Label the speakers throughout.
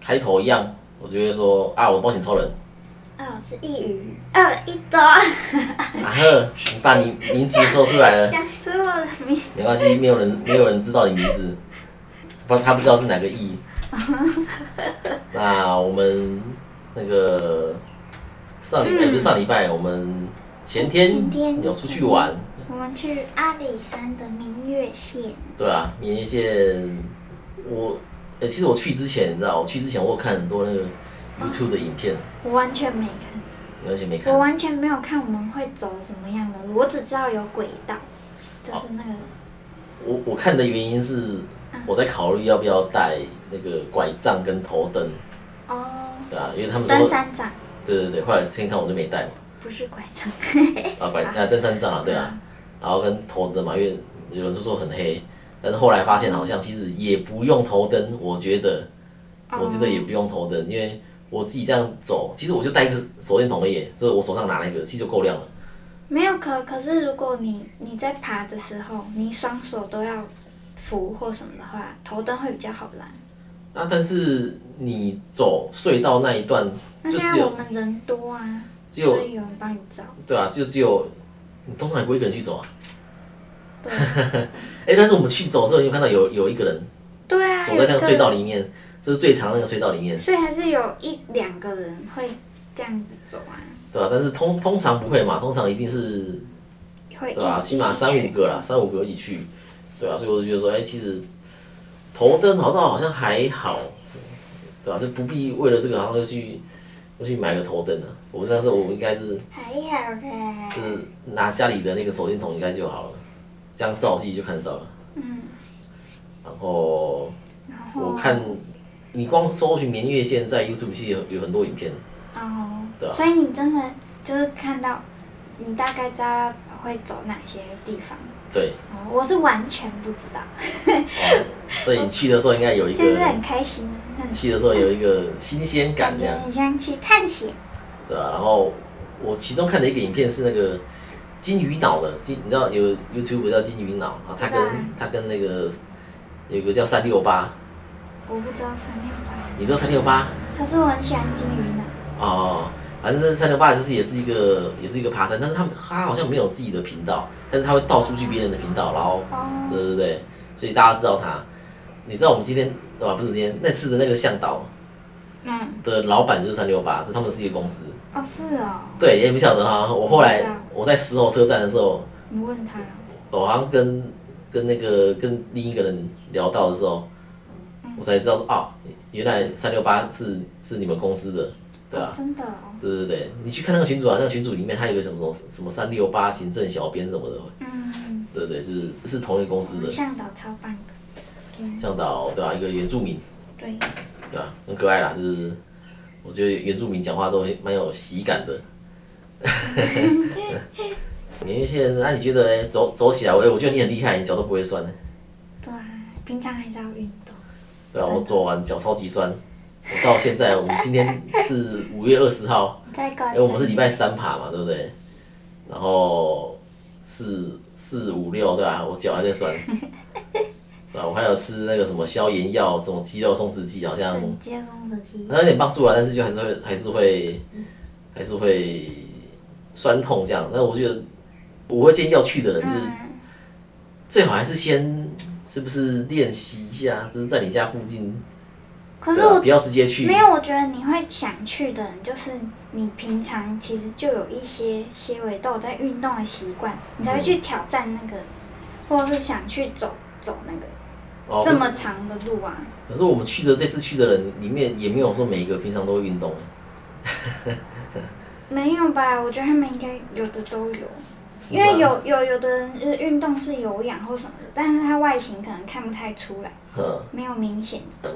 Speaker 1: 开头一样，我就会说啊，我包险超 人，
Speaker 2: 啊，我是一语，啊，一刀，
Speaker 1: 啊呵，你把你名字说出来了，
Speaker 2: 讲出我的名字，
Speaker 1: 没关系，没有人没有人知道你名字，不，他不知道是哪个 E。那我们那个上礼拜、不是上礼拜，我们前天
Speaker 2: 嗯前天
Speaker 1: 有出去玩，
Speaker 2: 我们去阿里山的明月县，
Speaker 1: 对啊，绵阳县，我呃、其实我去之前，你知道，我去之前我有看很多那
Speaker 2: 哦
Speaker 1: 个 YouTube 的影片，
Speaker 2: 我完全没看，
Speaker 1: 而且没看
Speaker 2: 我。完全没有看我们会走什么样的路，我只知道有轨道，就是那个，
Speaker 1: 我我看的原因是
Speaker 2: 嗯
Speaker 1: 我在考虑要不要带那个拐杖跟头灯，
Speaker 2: 哦，
Speaker 1: 对啊，因为他们
Speaker 2: 登
Speaker 1: 说，
Speaker 2: 山杖，
Speaker 1: 对对对，后来先看我就没带嘛。
Speaker 2: 不是拐杖，
Speaker 1: 啊，拐啊登山杖啊，对
Speaker 2: 嗯
Speaker 1: 啊，然后跟头灯嘛，因为有人就说很黑，但是后来发现好像其实也不用头灯，我觉得，
Speaker 2: 哦
Speaker 1: 我觉得也不用头灯，因为我自己这样走，其实我就带一个手电筒而已，就是我手上拿那个，其实就够亮了。
Speaker 2: 没有可可是如果你你在爬的时候，你双手都要扶或什么的话，头灯会比较好拉。
Speaker 1: 那啊但是你走隧道那一段，
Speaker 2: 那
Speaker 1: 就
Speaker 2: 现
Speaker 1: 只
Speaker 2: 在我
Speaker 1: 有
Speaker 2: 们人多啊，
Speaker 1: 只有
Speaker 2: 所以有人帮你照。
Speaker 1: 对啊，就只有你通常也不会一个人去走啊。
Speaker 2: 对
Speaker 1: 哎、但是我们去走之后，你有看到有有一个人
Speaker 2: 对啊，
Speaker 1: 走在那个
Speaker 2: 有
Speaker 1: 隧道里面，就是最长那个隧道里面。
Speaker 2: 所以还是有一两个人会这样子走啊，
Speaker 1: 对啊，但是通通常不会嘛，通常一定是
Speaker 2: 会
Speaker 1: 对啊，
Speaker 2: 一
Speaker 1: 起码三五。
Speaker 2: 一群
Speaker 1: 个啦，三五个一起去，对啊，所以我就觉得说，哎、其实头灯好到好像还好，对啊，就不必为了这个然后就去就去买个头灯了。啊我那时候我应该是
Speaker 2: 还好啦，
Speaker 1: 就是拿家里的那个手电筒应该就好了，这样照自己就看得到了。
Speaker 2: 嗯，
Speaker 1: 然后
Speaker 2: 然后
Speaker 1: 我看你光搜寻绵月线在 YouTube 系有有很多影片，
Speaker 2: 哦，
Speaker 1: 对啊
Speaker 2: 所以你真的就是看到，你大概知道会走哪些地方。
Speaker 1: 对，
Speaker 2: 哦，我是完全不知道，
Speaker 1: 哦，所以你去的时候应该有一
Speaker 2: 就是
Speaker 1: 个
Speaker 2: 很开心，很
Speaker 1: 去的时候有一个新鲜感
Speaker 2: 感
Speaker 1: 这
Speaker 2: 觉
Speaker 1: 样。
Speaker 2: 很像去探险。
Speaker 1: 对啊，然后我其中看的一个影片是那个金鱼脑的，金你知道有 YouTube 叫金鱼脑啊，他跟
Speaker 2: 知道啊
Speaker 1: 他跟那个有一个叫三六八，
Speaker 2: 我不知道三六八，
Speaker 1: 你知道三六八
Speaker 2: 可是我很喜欢金鱼脑。
Speaker 1: 哦，反正三六八其实也是一个也是一个爬山，但是他们他好像没有自己的频道，但是他会盗出去别人的频道，然后
Speaker 2: 哦，
Speaker 1: 对啊对对，所以大家知道他。你知道我们今天对吧？不是今天那次的那个向导
Speaker 2: 嗯，
Speaker 1: 的老板就是三六八，这他们是一个公司。
Speaker 2: 哦是哦，
Speaker 1: 对，也不晓得哈。我后
Speaker 2: 不
Speaker 1: 来
Speaker 2: 知道
Speaker 1: 我在石头车站的时候，
Speaker 2: 你问他，
Speaker 1: 我好像跟跟那个跟另一个人聊到的时候，我才知道说啊，原来三六八是是你们公司的，对
Speaker 2: 哦
Speaker 1: 啊，
Speaker 2: 真的哦，
Speaker 1: 对对对，你去看那个群主啊，那个群主里面他有个什么什么什么三六八行政小编什么的，
Speaker 2: 嗯，
Speaker 1: 对对，就是是同一个公司的
Speaker 2: 向导超棒的，
Speaker 1: 向导，对啊，一个原住民，
Speaker 2: 对。
Speaker 1: 对啊，很可爱啦，就是我觉得原住民讲话都蛮有喜感的。 因为现在，那、你觉得嘞？走走起来，我我觉得你很厉害，你脚都不会酸的。
Speaker 2: 对啊，平常还是要运动。
Speaker 1: 对啊，我走完脚超级酸，我到现在，我们今天是五月二十号，哎
Speaker 2: 再搞
Speaker 1: 因为我们是礼拜三爬嘛，对不对？然后四四五六，对吧、我脚还在酸， 对啊吧、我还有吃那个什么消炎药，什么肌肉松弛剂，好像
Speaker 2: 整接松子肌，
Speaker 1: 那有点帮助啦，但是就还是会还是会还是会酸痛这样。那我觉得我会建议要去的人，就是
Speaker 2: 嗯，
Speaker 1: 最好还是先是不是练习一下，就是在你家附近，
Speaker 2: 可是
Speaker 1: 对啊
Speaker 2: 我
Speaker 1: 不要直接去
Speaker 2: 没。有，我觉得你会想去的人，就是你平常其实就有一些些微都有在运动的习惯，你才会去挑战那个，或者是想去走走那个
Speaker 1: 哦，
Speaker 2: 这
Speaker 1: 可是
Speaker 2: 么长的路啊。
Speaker 1: 可是我们去的这次去的人里面也没有说每一个平常都会运动，
Speaker 2: 没有吧？我觉得他们应该有的都有，
Speaker 1: 是
Speaker 2: 因为
Speaker 1: 吗
Speaker 2: 有有有的人就是运动是有氧或什么的，但是他外形可能看不太出来，
Speaker 1: 嗯
Speaker 2: 没有明显的。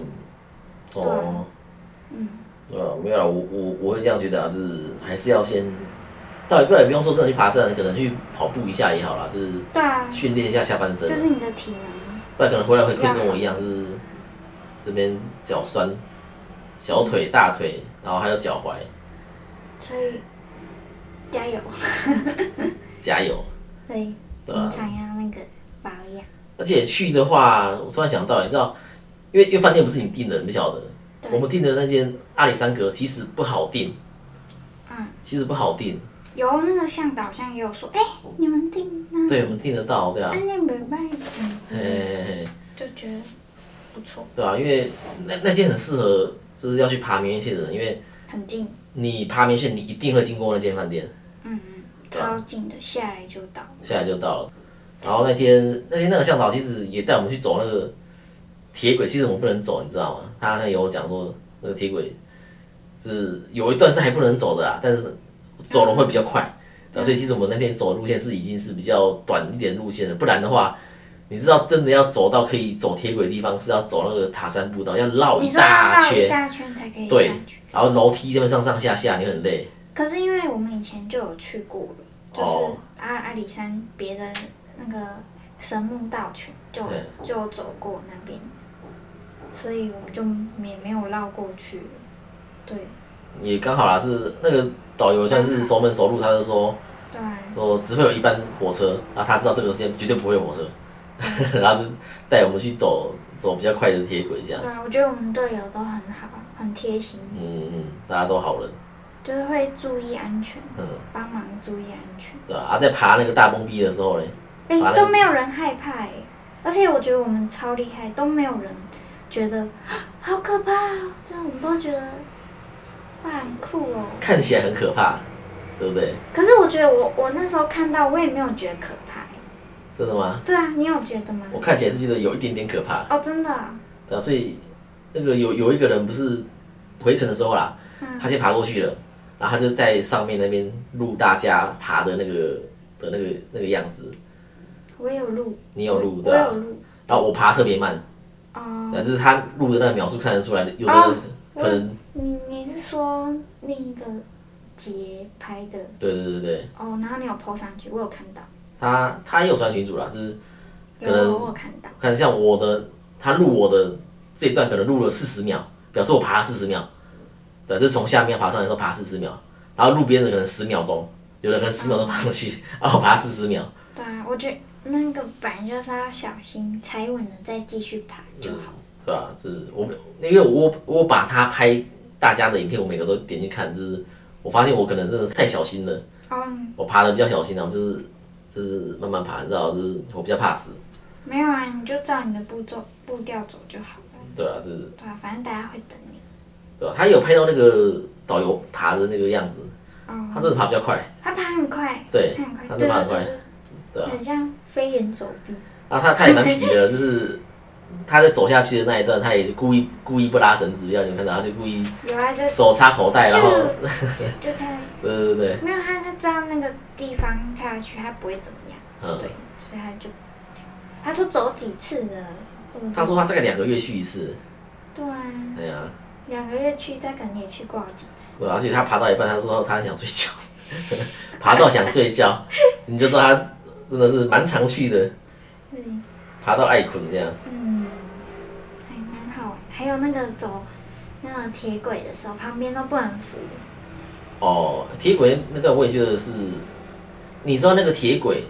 Speaker 1: 哦。
Speaker 2: 嗯，
Speaker 1: 对啊，没有啦，我我我会这样觉得啊，就是还是要先，到底不然也不用说真的去爬山，可能去跑步一下也好啦，就是
Speaker 2: 对啊，
Speaker 1: 训练一下下半身啊。
Speaker 2: 就是你的体能。
Speaker 1: 不然可能回来会会跟我一样是
Speaker 2: 啊
Speaker 1: 这边脚酸，小腿、大腿，然后还有脚踝，
Speaker 2: 所以加油，
Speaker 1: 加油！
Speaker 2: 对，
Speaker 1: 对啊
Speaker 2: 平常要那个啊保养，
Speaker 1: 而且去的话，我突然想到，你知道，因为因为饭店不是你订的，你不晓得，
Speaker 2: 对对
Speaker 1: 我们订的那间阿里山格其实不好订，
Speaker 2: 嗯，
Speaker 1: 其实不好订，
Speaker 2: 有那个向导好像也有说，哎、你们订那，
Speaker 1: 对，我们订得到，对啊
Speaker 2: 啊，，那没办法，
Speaker 1: 嘿嘿嘿
Speaker 2: 啊就觉得不错，
Speaker 1: 对啊，因为那那间很适合就是要去爬明月线的人，因为
Speaker 2: 很近，
Speaker 1: 你爬明月线，你一定会经过那间饭店，
Speaker 2: 嗯嗯，
Speaker 1: 啊
Speaker 2: 超近的，下来就到。
Speaker 1: 下来就到了。然后那天那天那个向导其实也带我们去走那个铁轨，其实我们不能走，你知道吗？他好像有讲说那个铁轨是有一段是还不能走的啦，但是走了会比较
Speaker 2: 嗯
Speaker 1: 快。对啊所以其实我们那天走的路线是已经是比较短一点路线了，不然的话，你知道真的要走到可以走铁轨的地方是要走那个塔山步道，要绕
Speaker 2: 你
Speaker 1: 一
Speaker 2: 说要
Speaker 1: 大
Speaker 2: 绕一
Speaker 1: 圈，
Speaker 2: 大圈才可以
Speaker 1: 对
Speaker 2: 上去，
Speaker 1: 然后楼梯这边上上下下，你很累。
Speaker 2: 可是因为我们以前就有去过了，就是
Speaker 1: 哦
Speaker 2: 阿阿里山别的那个神木道群就
Speaker 1: 对
Speaker 2: 就有走过那边，所以我们就也没有绕过去了。对，
Speaker 1: 也刚好啦，是那个导游算是熟门熟路，他就说。
Speaker 2: 对啊，
Speaker 1: 说只会有一班火车，然后他知道这个时间绝对不会有火车， 然后就带我们去走走比较快的铁轨这样
Speaker 2: 对。啊，我觉得我们队友都很好，很贴心，
Speaker 1: 嗯嗯，大家都好人，
Speaker 2: 就是会注意安全，
Speaker 1: 嗯，
Speaker 2: 帮忙注意安全。
Speaker 1: 对吧、啊？在爬那个大崩壁的时候呢，
Speaker 2: 哎、
Speaker 1: 完了
Speaker 2: 都没有人害怕哎、而且我觉得我们超厉害，都没有人觉得 啊好可怕哦，这样我们都觉得哇很酷哦。
Speaker 1: 看起来很可怕，对不对？
Speaker 2: 可是我觉得我我那时候看到我也没有觉得可怕、欸，
Speaker 1: 真的吗？
Speaker 2: 对啊，你有觉得吗？
Speaker 1: 我看起来是觉得有一点点可怕，
Speaker 2: 哦，真的啊、
Speaker 1: 对啊，所以那个有有一个人不是回程的时候啦，
Speaker 2: 嗯
Speaker 1: 他先爬过去了，然后他就在上面那边录大家爬的那个的那个那个样子，
Speaker 2: 我有录，
Speaker 1: 你有录啊
Speaker 2: 我
Speaker 1: 对吧、
Speaker 2: 有录
Speaker 1: 然后我爬特别慢，
Speaker 2: 哦、
Speaker 1: 对，就是他录的那个描述看得出来，有的
Speaker 2: 哦
Speaker 1: 可能，
Speaker 2: 你你是说另一个节拍的
Speaker 1: 对对对对，
Speaker 2: 哦，然后你有 PO 上去，我有看到，
Speaker 1: 他他也有传群主啦，就是
Speaker 2: 有
Speaker 1: 可能
Speaker 2: 我有看到，
Speaker 1: 看像我的，他录我的这一段可能录了四十秒，表示我爬了四十秒，对，就是从下面爬上来的时候爬四十秒，然后录别人的可能十秒钟，有的可能十秒钟爬上去，然后我爬四十秒，
Speaker 2: 对啊，我觉得那个板就是要小心踩稳了再继续爬就好。
Speaker 1: 对吧、就是我因为我我把他拍大家的影片，我每个都点进去看，就是我发现我可能真的是太小心了，
Speaker 2: 哦，
Speaker 1: 我爬的比较小心啊，就是就是慢慢爬，你知道，就是我比较怕死。
Speaker 2: 没有啊，你就照你的步骤步调走就好了。
Speaker 1: 对啊，就是
Speaker 2: 对啊，反正大家会等你。
Speaker 1: 对啊，他有拍到那个导游爬的那个样子，他
Speaker 2: 哦，
Speaker 1: 真的爬比较快，
Speaker 2: 他爬很快，
Speaker 1: 对
Speaker 2: 他很快，
Speaker 1: 他
Speaker 2: 对
Speaker 1: 真的爬
Speaker 2: 对
Speaker 1: 很快对
Speaker 2: 对，对
Speaker 1: 啊，
Speaker 2: 很像飞檐走壁。
Speaker 1: 然后他他也蛮痞的，就是他在走下去的那一段，他也故意故意不拉绳子，不要你们看到，他就故意
Speaker 2: 有啊，就是
Speaker 1: 手插口袋，然后
Speaker 2: 就他
Speaker 1: 对对对对，
Speaker 2: 没有他，他知道那个地方跳下去他不会怎么样，
Speaker 1: 嗯，
Speaker 2: 对，所以他就他都走几次了。对不对啊
Speaker 1: 他说他大概两个月去一次，
Speaker 2: 对啊，
Speaker 1: 哎呀，
Speaker 2: 两个月去，他肯定也去过好几次。
Speaker 1: 对，而且他爬到一半，他说他想睡觉， 爬到想睡觉， 你就知道他真的是蛮常去的，
Speaker 2: 嗯
Speaker 1: 爬到爱困这样，
Speaker 2: 嗯，还蛮好玩。还有那个走那个铁轨的时候，旁边都不能扶。
Speaker 1: 哦，铁轨那段我也觉得是，你知道那个铁轨，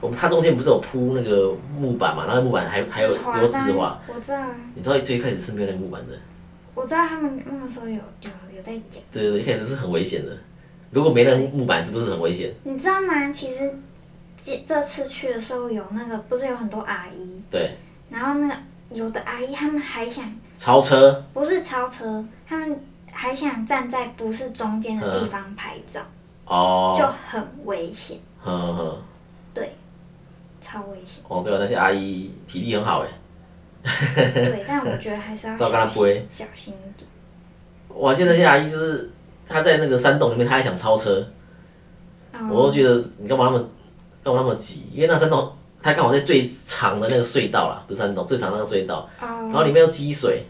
Speaker 1: 我们它中间不是有铺那个木板嘛？那个木板还还有
Speaker 2: 滑
Speaker 1: 有纸滑，
Speaker 2: 吗？我知道啊，
Speaker 1: 你知道最一开始是没有那个木板的，
Speaker 2: 我知道他们那个时候有有有在讲，
Speaker 1: 对对对，一开始是很危险的。如果没那个木板，是不是很危险？
Speaker 2: 你知道吗？其实这这次去的时候有那个，不是有很多阿姨，
Speaker 1: 对，
Speaker 2: 然后那个有的阿姨他们还想
Speaker 1: 超车，
Speaker 2: 不是超车，他们还想站在不是中间的地方拍照，
Speaker 1: 哦，
Speaker 2: 就很危险，
Speaker 1: 呵呵，
Speaker 2: 超危 险。
Speaker 1: 哦，对啊，那些阿姨体力很好哎，
Speaker 2: 对，但我觉得还是要
Speaker 1: 照跟他
Speaker 2: 小
Speaker 1: 挥
Speaker 2: 心小心一点。
Speaker 1: 哇，现在那些阿姨就是她在那个山洞里面，她还想超车，
Speaker 2: 哦
Speaker 1: 我都觉得你干嘛那么干嘛那么急？因为那山洞它刚好在最长的那个隧道啦，不是山洞，最长那个隧道。
Speaker 2: 哦
Speaker 1: 然后里面又积水，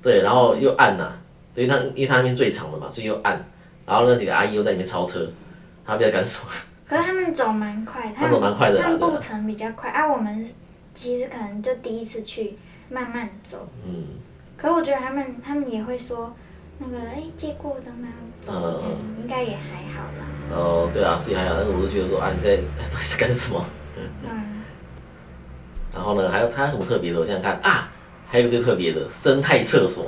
Speaker 1: 对，然后又暗呐、对，那因为它那边最长的嘛，所以又暗。然后那几个阿姨又在里面超车，她比较敢手，
Speaker 2: 可是他们走蛮快，他
Speaker 1: 她
Speaker 2: 们
Speaker 1: 走蛮快的
Speaker 2: 他
Speaker 1: 啦，
Speaker 2: 们
Speaker 1: 对
Speaker 2: 步
Speaker 1: 啊，
Speaker 2: 程比较快啊。我们其实可能就第一次去，慢慢走。
Speaker 1: 嗯，
Speaker 2: 可我觉得他们他们也会说，那个哎，借过怎么样走
Speaker 1: 嗯，
Speaker 2: 这样应该也还好啦。
Speaker 1: 然后对啊，是也还好，但是我就觉得说啊，你现在到底是干什么？
Speaker 2: 嗯，
Speaker 1: 然后呢，还有它有什么特别的？我想想看啊，还有一个最特别的生态厕所，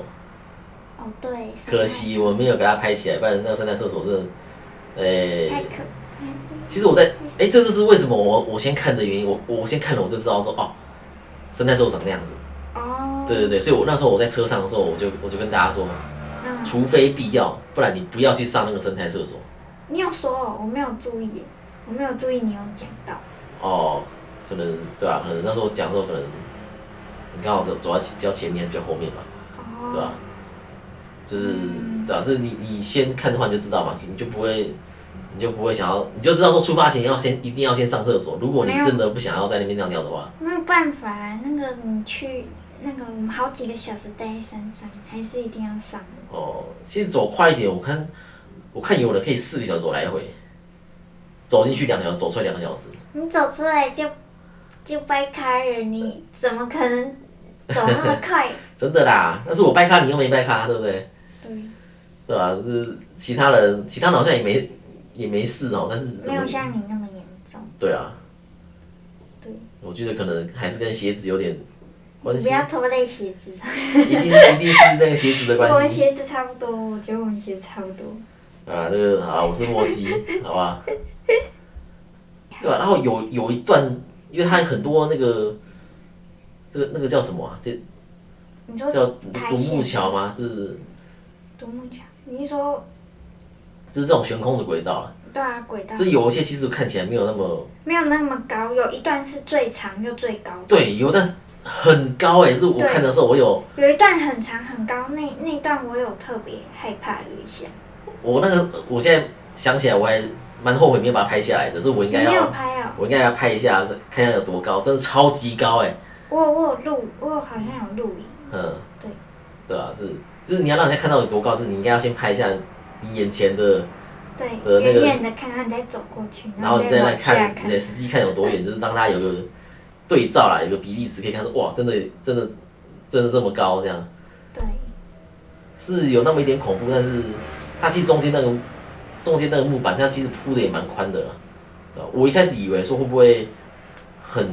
Speaker 2: 哦，对，
Speaker 1: 可惜我没有给它拍起来，不然那个圣诞厕所真的，诶、
Speaker 2: 太可，
Speaker 1: 其实我在，诶、这就是为什么我我先看的原因，我我先看了我就知道说，哦，圣诞厕所长那样子，
Speaker 2: 哦，
Speaker 1: 对对对，所以我那时候我在车上的时候，我就我就跟大家说，
Speaker 2: 嗯，
Speaker 1: 除非必要，不然你不要去上那个生态厕所。
Speaker 2: 你有说哦，我没有注意，我没有注意你有讲到，
Speaker 1: 哦，可能对啊，可能那时候讲的时候，可能你刚好走走在比较前面，比较后面吧，
Speaker 2: 哦，嗯
Speaker 1: 对吧、啊就是对啊，就是你你先看的话你就知道嘛，你就不会。你就不会想要，你就知道说出发前要先一定要先上厕所。如果你
Speaker 2: 没有
Speaker 1: 真的不想要在那边尿尿的话，
Speaker 2: 没有办法，那个你去那个我们好几个小时待在山上，还是一定要上的。
Speaker 1: 哦，其实走快一点，我看我看有人可以四个小时走来回，走进去两个小时，走出来两个小时。
Speaker 2: 你走出来就就掰开了，你怎么可能走那么快？
Speaker 1: 真的啦，但是我掰咖，你又没掰咖，对不对？
Speaker 2: 对，
Speaker 1: 对吧、就是其他人，其他人好像也没也没事哦、但是怎
Speaker 2: 没
Speaker 1: 么
Speaker 2: 有？像你那么严重。
Speaker 1: 对啊，
Speaker 2: 对，
Speaker 1: 我觉得可能还是跟鞋子有点关
Speaker 2: 你
Speaker 1: 系
Speaker 2: 不，要拖累鞋子，
Speaker 1: 一定一定是那个鞋子的
Speaker 2: 我
Speaker 1: 关
Speaker 2: 们
Speaker 1: 系。
Speaker 2: 鞋子差不多，我觉得我们鞋子差不多。
Speaker 1: 啊，这个好啦，我是墨迹，好吧？对啊吧、然后有有一段，因为它很多那个，这个那个叫什么啊？这
Speaker 2: 你说
Speaker 1: 叫
Speaker 2: 台
Speaker 1: 独木
Speaker 2: 线
Speaker 1: 桥吗？就是
Speaker 2: 独木桥，你是说
Speaker 1: 就是这种悬空的轨道啊，
Speaker 2: 对啊，轨道
Speaker 1: 就是有一些其实看起来没有那么
Speaker 2: 没有那么高，有一段是最长又最高的，
Speaker 1: 对，有的很高哎、是我
Speaker 2: 对
Speaker 1: 看的时候，我有
Speaker 2: 有一段很长很高，那那段我有特别害怕了一下。
Speaker 1: 我那个，我现在想起来我还蛮后悔没有把它拍下来的，是我应
Speaker 2: 你
Speaker 1: 该
Speaker 2: 没有
Speaker 1: 要，
Speaker 2: 拍哦，
Speaker 1: 我应该要拍一下，看一下有多高，真的超级高哎、
Speaker 2: 我有我有录，我有好像有录影。
Speaker 1: 嗯，
Speaker 2: 对，
Speaker 1: 对啊，是，就是你要让人家看到有多高，是你应该要先拍一下你眼前的，
Speaker 2: 对，
Speaker 1: 呃那
Speaker 2: 远
Speaker 1: 个
Speaker 2: 远的看，然后你再走过去，
Speaker 1: 然后你再来
Speaker 2: 往下
Speaker 1: 看，
Speaker 2: 看
Speaker 1: 你的。实际看有多远，就是让大家有个对照啦，有个比例尺可以看说，哇，真的真的真的这么高这样。
Speaker 2: 对，
Speaker 1: 是有那么一点恐怖，但是它其实中间那个中间那个木板，它其实铺的也蛮宽的啦。对吧我一开始以为说会不会很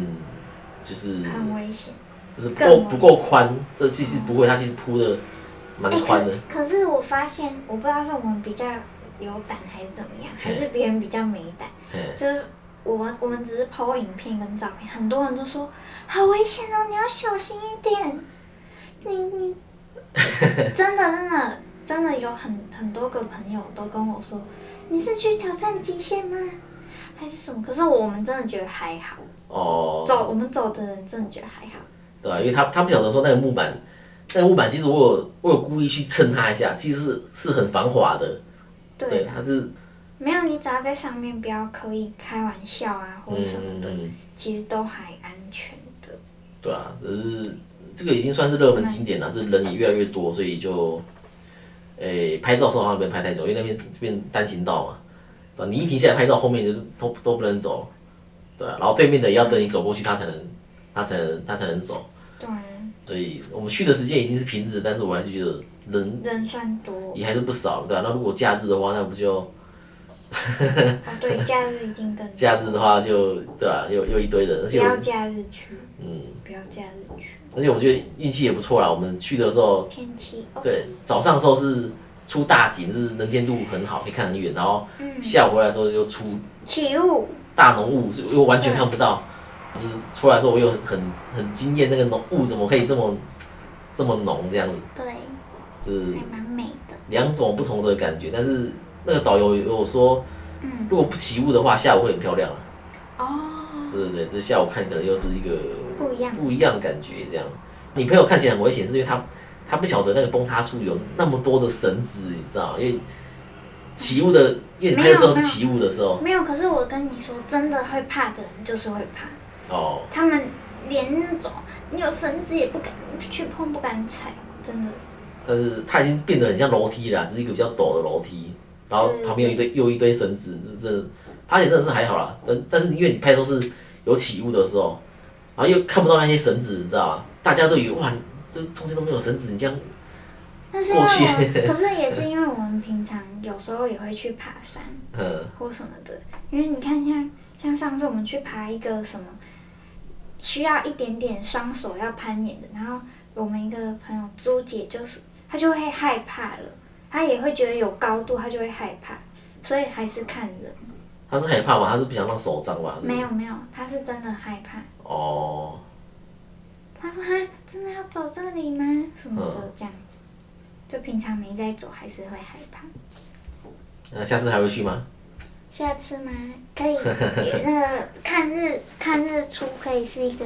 Speaker 1: 就是
Speaker 2: 很危险。
Speaker 1: 就是不
Speaker 2: 更哦
Speaker 1: 够
Speaker 2: 吗
Speaker 1: 不够宽，这其实不会，它其实铺的蛮
Speaker 2: 哎，
Speaker 1: 宽的。
Speaker 2: 可可是我发现，我不知道是我们比较有胆还是怎么样，还是别人比较没胆。
Speaker 1: 嘿，
Speaker 2: 就是我们我们只是 PO 影片跟照片，很多人都说好危险哦，你要小心一点。你 你真的真的真的有很很多个朋友都跟我说，你是去挑战极限吗？还是什么？可是我们真的觉得还好，
Speaker 1: 哦，
Speaker 2: 走我们走的人真的觉得还好。
Speaker 1: 对啊吧、因为他他不晓得说那个木板，那个木板其实我有我有故意去蹭它一下，其实是是很防滑的。对，
Speaker 2: 对，
Speaker 1: 它是
Speaker 2: 没有你只要在上面不要刻意开玩笑啊或
Speaker 1: 嗯
Speaker 2: 者什么
Speaker 1: 嗯
Speaker 2: 的，
Speaker 1: 嗯，
Speaker 2: 其实都还安全的。
Speaker 1: 对啊，只是这个已经算是热门景
Speaker 2: 嗯
Speaker 1: 点了，这人也越来越多，所以就，诶、拍照的时候好像不能拍太久，因为那边变单行道嘛，对吧啊你一停下来拍照，后面就是都都不能走，对、啊，然后对面的也要等你走过去，他才能他才能他才能走，
Speaker 2: 对啊，
Speaker 1: 所以我们去的时间已经是平日，但是我还是觉得人
Speaker 2: 人算多，
Speaker 1: 也还是不少了，对吧、啊那如果假日的话，那不就嗯
Speaker 2: 哦对，假日一定更多
Speaker 1: 假日的话就对吧、又又一堆人，而
Speaker 2: 不
Speaker 1: 且我
Speaker 2: 要假日去，
Speaker 1: 嗯，
Speaker 2: 不要假日去，
Speaker 1: 而且我觉得运气也不错啦，我们去的时候
Speaker 2: 天气哦 OK。
Speaker 1: 哦对，早上的时候是出大景，是能见度很好，可以看很远。然后
Speaker 2: 嗯，
Speaker 1: 下午回来的时候又出
Speaker 2: 起雾，
Speaker 1: 大浓雾，是又完全看不到。就是出来的时候，我又很很很惊艳，那个浓雾怎么可以这么这么浓这样子？
Speaker 2: 对，
Speaker 1: 就是
Speaker 2: 还蛮美的。
Speaker 1: 两种不同的感觉。但是那个导游有说，
Speaker 2: 嗯，
Speaker 1: 如果不起雾的话，下午会很漂亮啊。
Speaker 2: 哦，
Speaker 1: 对对对，这下午看可能又是一个
Speaker 2: 不一样
Speaker 1: 不一样的感觉。这样，你朋友看起来很危险，是因为他他不晓得那个崩塌处有那么多的绳子，你知道吗？因为起雾的，因为你拍的时候是起雾的时候
Speaker 2: 没有。可是我跟你说，真的会怕的人就是会怕，
Speaker 1: 哦，
Speaker 2: 他们连那种你有绳子也不敢去碰，不敢踩，真的。
Speaker 1: 但是它已经变得很像楼梯啦，只是一个比较陡的楼梯，然后旁边有一堆又一堆绳子，是真的，而且真的是还好啦。但但是因为你拍的时候是有起雾的时候，然后又看不到那些绳子，你知道吗？大家都以为哇，你这中间都没有绳子，你这样
Speaker 2: 但是因为
Speaker 1: 过去
Speaker 2: 我，可是也是因为我们平常有时候也会去爬山
Speaker 1: 嗯
Speaker 2: 或什么的，因为你看像像上次我们去爬一个什么，需要一点点双手要攀岩的，然后我们一个朋友朱姐就是。他就会害怕了，他也会觉得有高度，他就会害怕，所以还是看人。
Speaker 1: 他是害怕吗？他是不想让手脏吧？是不是
Speaker 2: 没有没有，他是真的害怕。
Speaker 1: 哦，
Speaker 2: 他说哈，真的要走这里吗？什么的这样子，就平常没在走，还是会害怕。
Speaker 1: 那下次还会去吗？
Speaker 2: 下次吗？可以，那个 看日看日出可以是一个，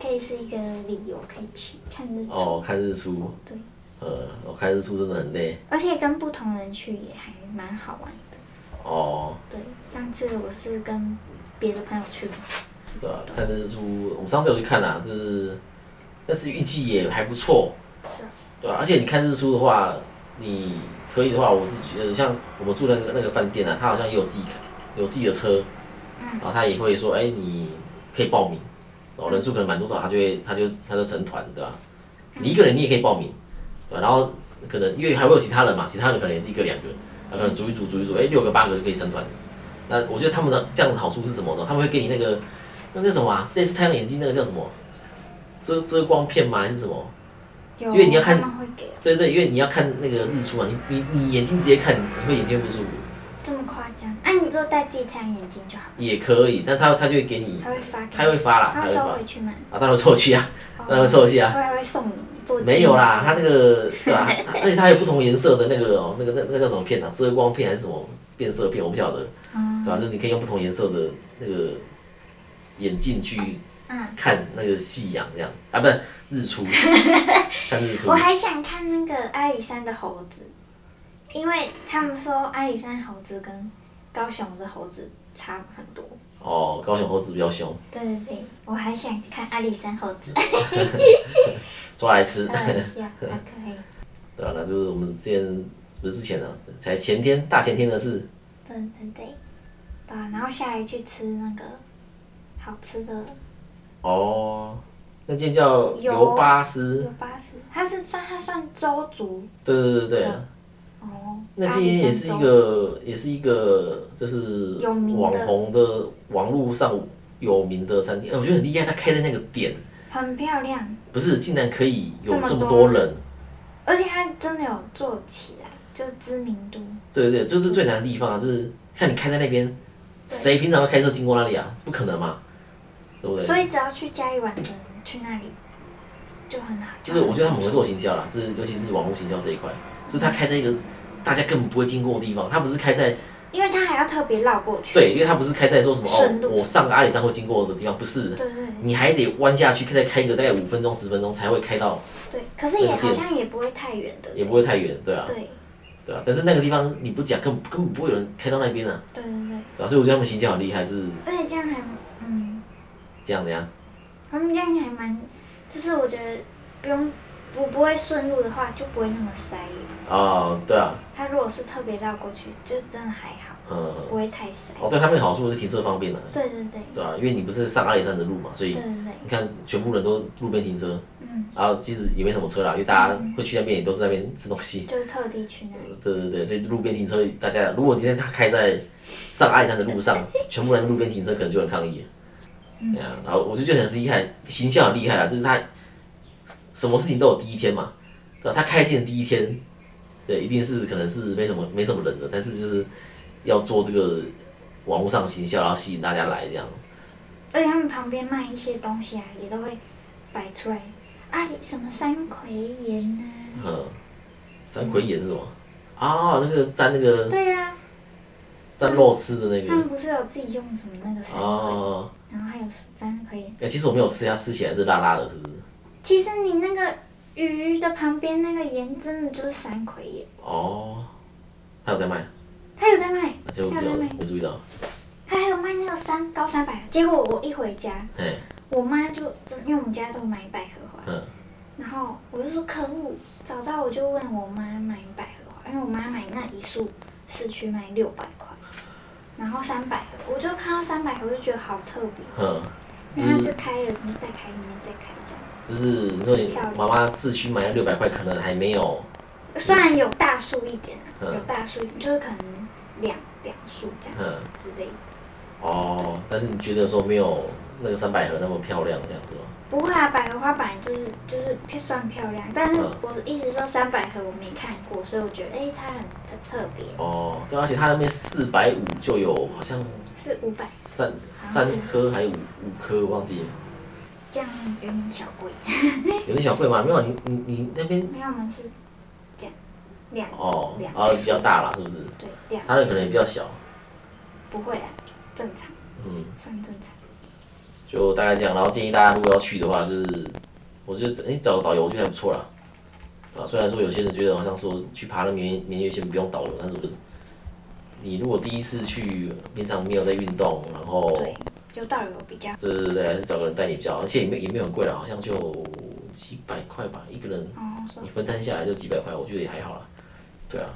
Speaker 2: 可以是一个理由可以去看日出，
Speaker 1: 哦，看日出。
Speaker 2: 对。
Speaker 1: 呃，我看日出真的很累。
Speaker 2: 而且跟不同人去也还蛮好玩的。
Speaker 1: 哦，
Speaker 2: 对，上次我是跟别的朋友去的，
Speaker 1: 对吧、看日出，我们上次有去看啦、就是，但是运气也还不错。
Speaker 2: 是
Speaker 1: 对啊，而且你看日出的话，你可以的话，我是觉得像我们住的那个那个饭店啊，他好像也有自己有自己的车，然后他也会说，哎、你可以报名，然后人数可能满多少，他就会他就他就成团，对吧、你一个人你也可以报名，对吧、然后可能因为还会有其他人嘛，其他人可能也是一个两个，那可能组一组组一组，哎、六个八个就可以成团。那我觉得他们的这样子好处是什么？知道他们会给你那个那叫什么、啊？类似太阳眼镜那个叫什么？遮遮光片吗？还是什么？
Speaker 2: 有
Speaker 1: 因为你要看
Speaker 2: 他们会给
Speaker 1: 对对，因为你要看那个日出嘛，
Speaker 2: 嗯
Speaker 1: 你你你眼睛直接看，你会眼睛会不舒服，
Speaker 2: 这么夸张，哎、你就戴自己太阳眼镜就好，
Speaker 1: 也可以，但他他就会给你，
Speaker 2: 他会发给
Speaker 1: 他会发啦，
Speaker 2: 他
Speaker 1: 他
Speaker 2: 会
Speaker 1: 会发
Speaker 2: 收回去吗？
Speaker 1: 啊，当然凑去啊，
Speaker 2: 哦
Speaker 1: 当然凑去啊，
Speaker 2: 会还会送你做
Speaker 1: 没有啦，他
Speaker 2: 纪
Speaker 1: 那
Speaker 2: 念
Speaker 1: 个对吧、它而且它有不同颜色的那个哦，那个那那个叫什么片啊？遮光片还是什么变色片？我不晓得，对
Speaker 2: 嗯
Speaker 1: 吧、就是你可以用不同颜色的那个眼镜去
Speaker 2: 嗯
Speaker 1: 看那个夕阳，这样啊，不是日 出，看日
Speaker 2: 册
Speaker 1: 出
Speaker 2: 我。还想看那个阿里山的猴子，因为他们说阿里山猴子跟高雄的猴子差很多。
Speaker 1: 哦，高雄猴子比较凶，
Speaker 2: 对对对，我还想看阿里山猴子，
Speaker 1: 抓来吃。
Speaker 2: 开玩笑，还可以。
Speaker 1: 对啊，那就是我们之前不是之前啊，才前天大前天的事，
Speaker 2: 对对对，对啊，然后下来去吃那个好吃的
Speaker 1: 哦，那间叫
Speaker 2: 有啊
Speaker 1: 尤巴斯
Speaker 2: 有，巴士，它是算它算周族
Speaker 1: 对对对对对，
Speaker 2: 哦，
Speaker 1: 那
Speaker 2: 阿
Speaker 1: 间
Speaker 2: 里山
Speaker 1: 也是一
Speaker 2: 周族
Speaker 1: 个也是一个就是
Speaker 2: 有名的
Speaker 1: 网红的网络上有名的餐厅，哎我觉得很厉害，他开的那个点
Speaker 2: 很漂亮，
Speaker 1: 不是竟然可以有这
Speaker 2: 这
Speaker 1: 么
Speaker 2: 么
Speaker 1: 多
Speaker 2: 多
Speaker 1: 人，
Speaker 2: 而且它真的有做起来，就是知名度。
Speaker 1: 对对对，这是最难的地方啊，就是看你开在那边，
Speaker 2: 对
Speaker 1: 谁平常会开车经过那里啊？不可能嘛，对不对？
Speaker 2: 所以只要去嘉义玩的人去那里就很好。
Speaker 1: 就是我觉得他们会做行销啦，就是尤其是网络行销这一块，就是他开在一个大家根本不会经过的地方，他不是开在
Speaker 2: 因为他还要特别绕过去。
Speaker 1: 对，因为他不是开在说什么哦
Speaker 2: 顺，路
Speaker 1: 我上个阿里山会经过的地方，不是，
Speaker 2: 对对
Speaker 1: 你还得弯下去，再开个大概五分钟十分钟才会开到，
Speaker 2: 对，可是也好像也不会太远的。
Speaker 1: 也不会太远，对啊，
Speaker 2: 对
Speaker 1: 对啊，但是那个地方你不讲，根本根本不会有人开到那边啊，
Speaker 2: 对对对，
Speaker 1: 对啊，所以我觉得他们行销很厉害，就是
Speaker 2: 而且这样还嗯，
Speaker 1: 这样的呀，
Speaker 2: 他们这样还蛮，就是我觉得不用，我不会顺路的话就不会那么塞。
Speaker 1: 哦，对啊，
Speaker 2: 他如果是特别绕过去，就真的还好，
Speaker 1: 嗯，
Speaker 2: 不会太塞。
Speaker 1: 哦，对他们的好处是停车方便啊，
Speaker 2: 对对对
Speaker 1: 对啊，因为你不是上阿里山的路嘛，所以
Speaker 2: 对对对，
Speaker 1: 你看全部人都路边停车，
Speaker 2: 嗯，
Speaker 1: 然后其实也没什么车啦，因为大家会去那边也都是在那边吃东西，
Speaker 2: 就是特地去那里。
Speaker 1: 对对对，所以路边停车，大家如果今天他开在上爱山的路上， 全部人路边停车，可能就很抗议了。对啊，然后我就觉得很厉害，形象很厉害啦，就是他什么事情都有第一天嘛，对吧、他开店的第一天，对，一定是可能是没什么没什么人的，但是就是要做这个网络上的行销，然后吸引大家来这样。
Speaker 2: 而且他们旁边卖一些东西啊，也都会摆出来。啊，你什么山葵盐啊？
Speaker 1: 嗯，三葵眼是什么？啊、那个蘸那个
Speaker 2: 对啊，
Speaker 1: 蘸肉吃的那
Speaker 2: 他
Speaker 1: 个
Speaker 2: 们不是有自己用什么那个山葵，
Speaker 1: 哦，
Speaker 2: 然后还有山葵。
Speaker 1: 哎、其实我没有吃，它吃起来是辣辣的，是不是？
Speaker 2: 其实你那个鱼的旁边那个盐，真的就是山葵盐。
Speaker 1: 哦，他有在卖，
Speaker 2: 他有在卖，
Speaker 1: 这我不
Speaker 2: 他
Speaker 1: 晓
Speaker 2: 有
Speaker 1: 得
Speaker 2: 在卖，
Speaker 1: 没注意到。
Speaker 2: 他还有卖那个山高山百合。结果我一回家，
Speaker 1: 嘿，
Speaker 2: 我妈就真，因为我们家都买百合花，
Speaker 1: 嗯，
Speaker 2: 然后我就说可恶，早知道我就问我妈买百合花，因为我妈买那一束市区卖六百块，然后三百合，我就看到三百合，我就觉得好特别，
Speaker 1: 哼，
Speaker 2: 因为它是开了，你就再开里面再开这样。
Speaker 1: 就是你说你妈妈市区买了六百块，可能还没有，
Speaker 2: 虽然有大树一点啊，
Speaker 1: 嗯
Speaker 2: 有大树一点，就是可能两两树这样
Speaker 1: 嗯
Speaker 2: 子之类的。
Speaker 1: 哦，但是你觉得说没有那个三百合那么漂亮这样子吗？
Speaker 2: 不会啊，百合花本来就是就是算漂亮，但是
Speaker 1: 嗯
Speaker 2: 我的意思说三百合我没看过，所以我觉得哎、它很很特别，
Speaker 1: 哦，对，而且它那边四百五就有好像
Speaker 2: 是五百，
Speaker 1: 三三颗还五五颗，忘记了，
Speaker 2: 这样有点小贵。
Speaker 1: 有点小贵吗？没有，你你你那边
Speaker 2: 没有，我们是这样两
Speaker 1: 哦，
Speaker 2: 两
Speaker 1: 然后比较大啦，是不是？
Speaker 2: 对两，
Speaker 1: 它的可能也比较小，
Speaker 2: 不会啊，正常
Speaker 1: 嗯。
Speaker 2: 算正常。
Speaker 1: 就大概这样。然后建议大家如果要去的话，就是我觉得你找个导游，我觉得还不错啦。啊，虽然说有些人觉得好像说去爬那绵绵月线不用导游，但是我觉得你如果第一次去，平常没有在运动，然后
Speaker 2: 对，有导游比较
Speaker 1: 对对对，还是找个人带你比较好，而且也没有也没有很贵啦，好像就几百块吧，一个人
Speaker 2: 哦，说
Speaker 1: 你分摊下来就几百块，我觉得也还好啦。对啊，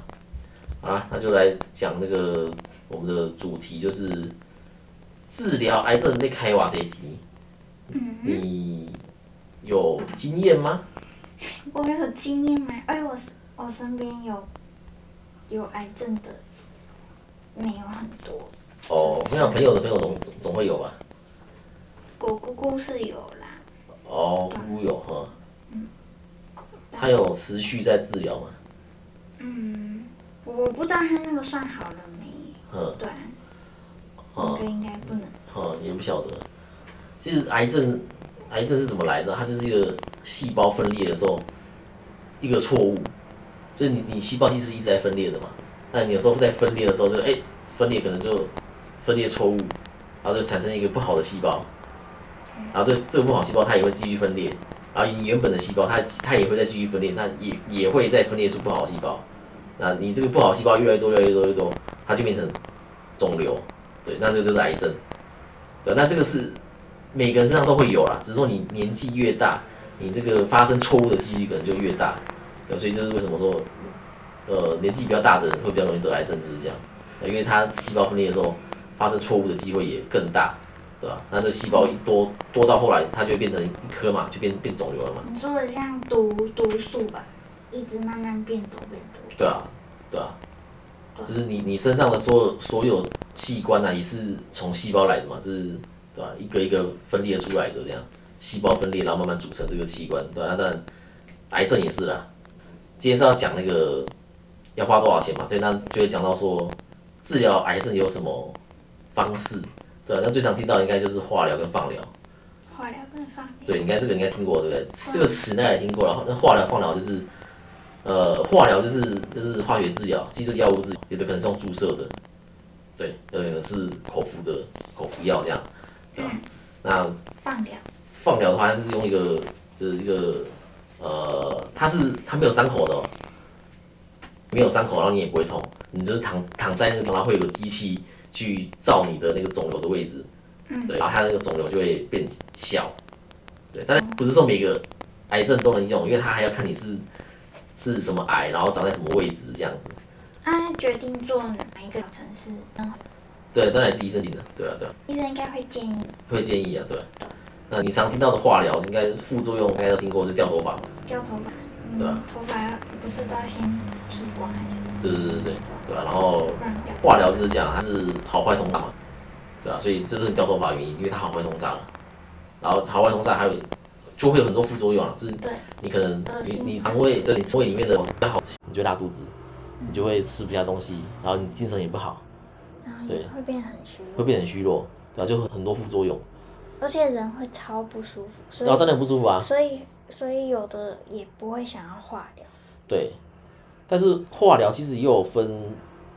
Speaker 1: 好啦，那就来讲那个我们的主题就是治疗癌症被开挖这一集。你有经验吗？
Speaker 2: 我有经验吗？哎，我是我身边有有癌症的，没有很多。
Speaker 1: 哦，没有朋友的朋友总总总会有吧。
Speaker 2: 我姑姑是有啦，
Speaker 1: 哦，姑姑有哈。他有持续在治疗吗？
Speaker 2: 嗯，我不知道她那个算好了没？
Speaker 1: 嗯
Speaker 2: 对啊，那
Speaker 1: 嗯
Speaker 2: 个应该不能。
Speaker 1: 嗯，也不晓得。其实癌症，癌症是怎么来着？它就是一个细胞分裂的时候一个错误，就是你你细胞其实一直在分裂的嘛。那你有时候在分裂的时候就，哎分裂可能就分裂错误，然后就产生一个不好的细胞，然后这这个不好细胞它也会继续分裂，然后你原本的细胞它它也会再继续分裂，那也也会再分裂出不好的细胞。那你这个不好的细胞越来越多，越来越多，越来越多，它就变成肿瘤。对，那这个就是癌症。对，那这个是每个人身上都会有啦，只是说你年纪越大，你这个发生错误的几率可能就越大。对，所以这是为什么说，呃，年纪比较大的人会比较容易得癌症，就是这样。对，因为他细胞分裂的时候发生错误的机会也更大，对吧？那这细胞一多多到后来，它就会变成一颗嘛，就变变肿瘤了嘛。
Speaker 2: 你说的像毒毒素吧，一直慢慢变多变多。
Speaker 1: 对啊，对啊，就是你你身上的所有所有器官啊，也是从细胞来的嘛，就是对吧、一个一个分裂出来的这样，细胞分裂，然后慢慢组成这个器官，对啊吧、那当然，癌症也是啦。今天是要讲那个要花多少钱嘛，所以那就会讲到说治疗癌症有什么方式，对吧、啊那最常听到应该就是化疗跟放疗。
Speaker 2: 化疗跟放疗
Speaker 1: 对，你应该这个你应该听过，对不对？这个词大家也听过了。那化疗、放疗就是，呃，化疗就是就是化学治疗，其实药物治疗，有的可能是用注射的，对，有的可能是口服的口服药这样，对吧？那
Speaker 2: 放疗，
Speaker 1: 放疗的话，它是用一个就是一个呃，它是它没有伤口的、哦，没有伤口，然后你也不会痛，你就是躺躺在那个地方，然后会有个机器去照你的那个肿瘤的位置，
Speaker 2: 嗯
Speaker 1: 对，然后它那个肿瘤就会变小，对，但是不是说每个癌症都能用，因为它还要看你是是什么癌，然后长在什么位置这样子，
Speaker 2: 他决定做哪一个疗程是，嗯
Speaker 1: 对，当然也是医生定的，对啊，对啊。
Speaker 2: 医生应该会建议
Speaker 1: 会建议啊，对。那你常听到的化疗，应该副作用应该都听过，是掉头发嘛？
Speaker 2: 掉头发，嗯
Speaker 1: 对啊
Speaker 2: 头发要不是都要先剃光还是
Speaker 1: 对对对对对吧、啊然后
Speaker 2: 不然掉？
Speaker 1: 化疗就是讲它是好坏通杀嘛，对啊，所以这是你掉头发的原因，因为它好坏通杀了。然后好坏通杀还有就会有很多副作用啊，就是
Speaker 2: 对
Speaker 1: 你可能
Speaker 2: 恶
Speaker 1: 你
Speaker 2: 心
Speaker 1: 你肠胃对你肠胃里面的不好，你就会拉肚子，你就会吃不下东西，然后你精神也不好，
Speaker 3: 然后
Speaker 1: 对
Speaker 3: 也会变得很虚
Speaker 1: 会
Speaker 3: 弱，
Speaker 1: 变得很虚弱，对啊，就很很多副作用，
Speaker 3: 而且人会超不舒服，所
Speaker 1: 然后
Speaker 3: 以
Speaker 1: 当然不舒服啊，
Speaker 3: 所以所以有的也不会想要化疗，
Speaker 1: 对，但是化疗其实也有分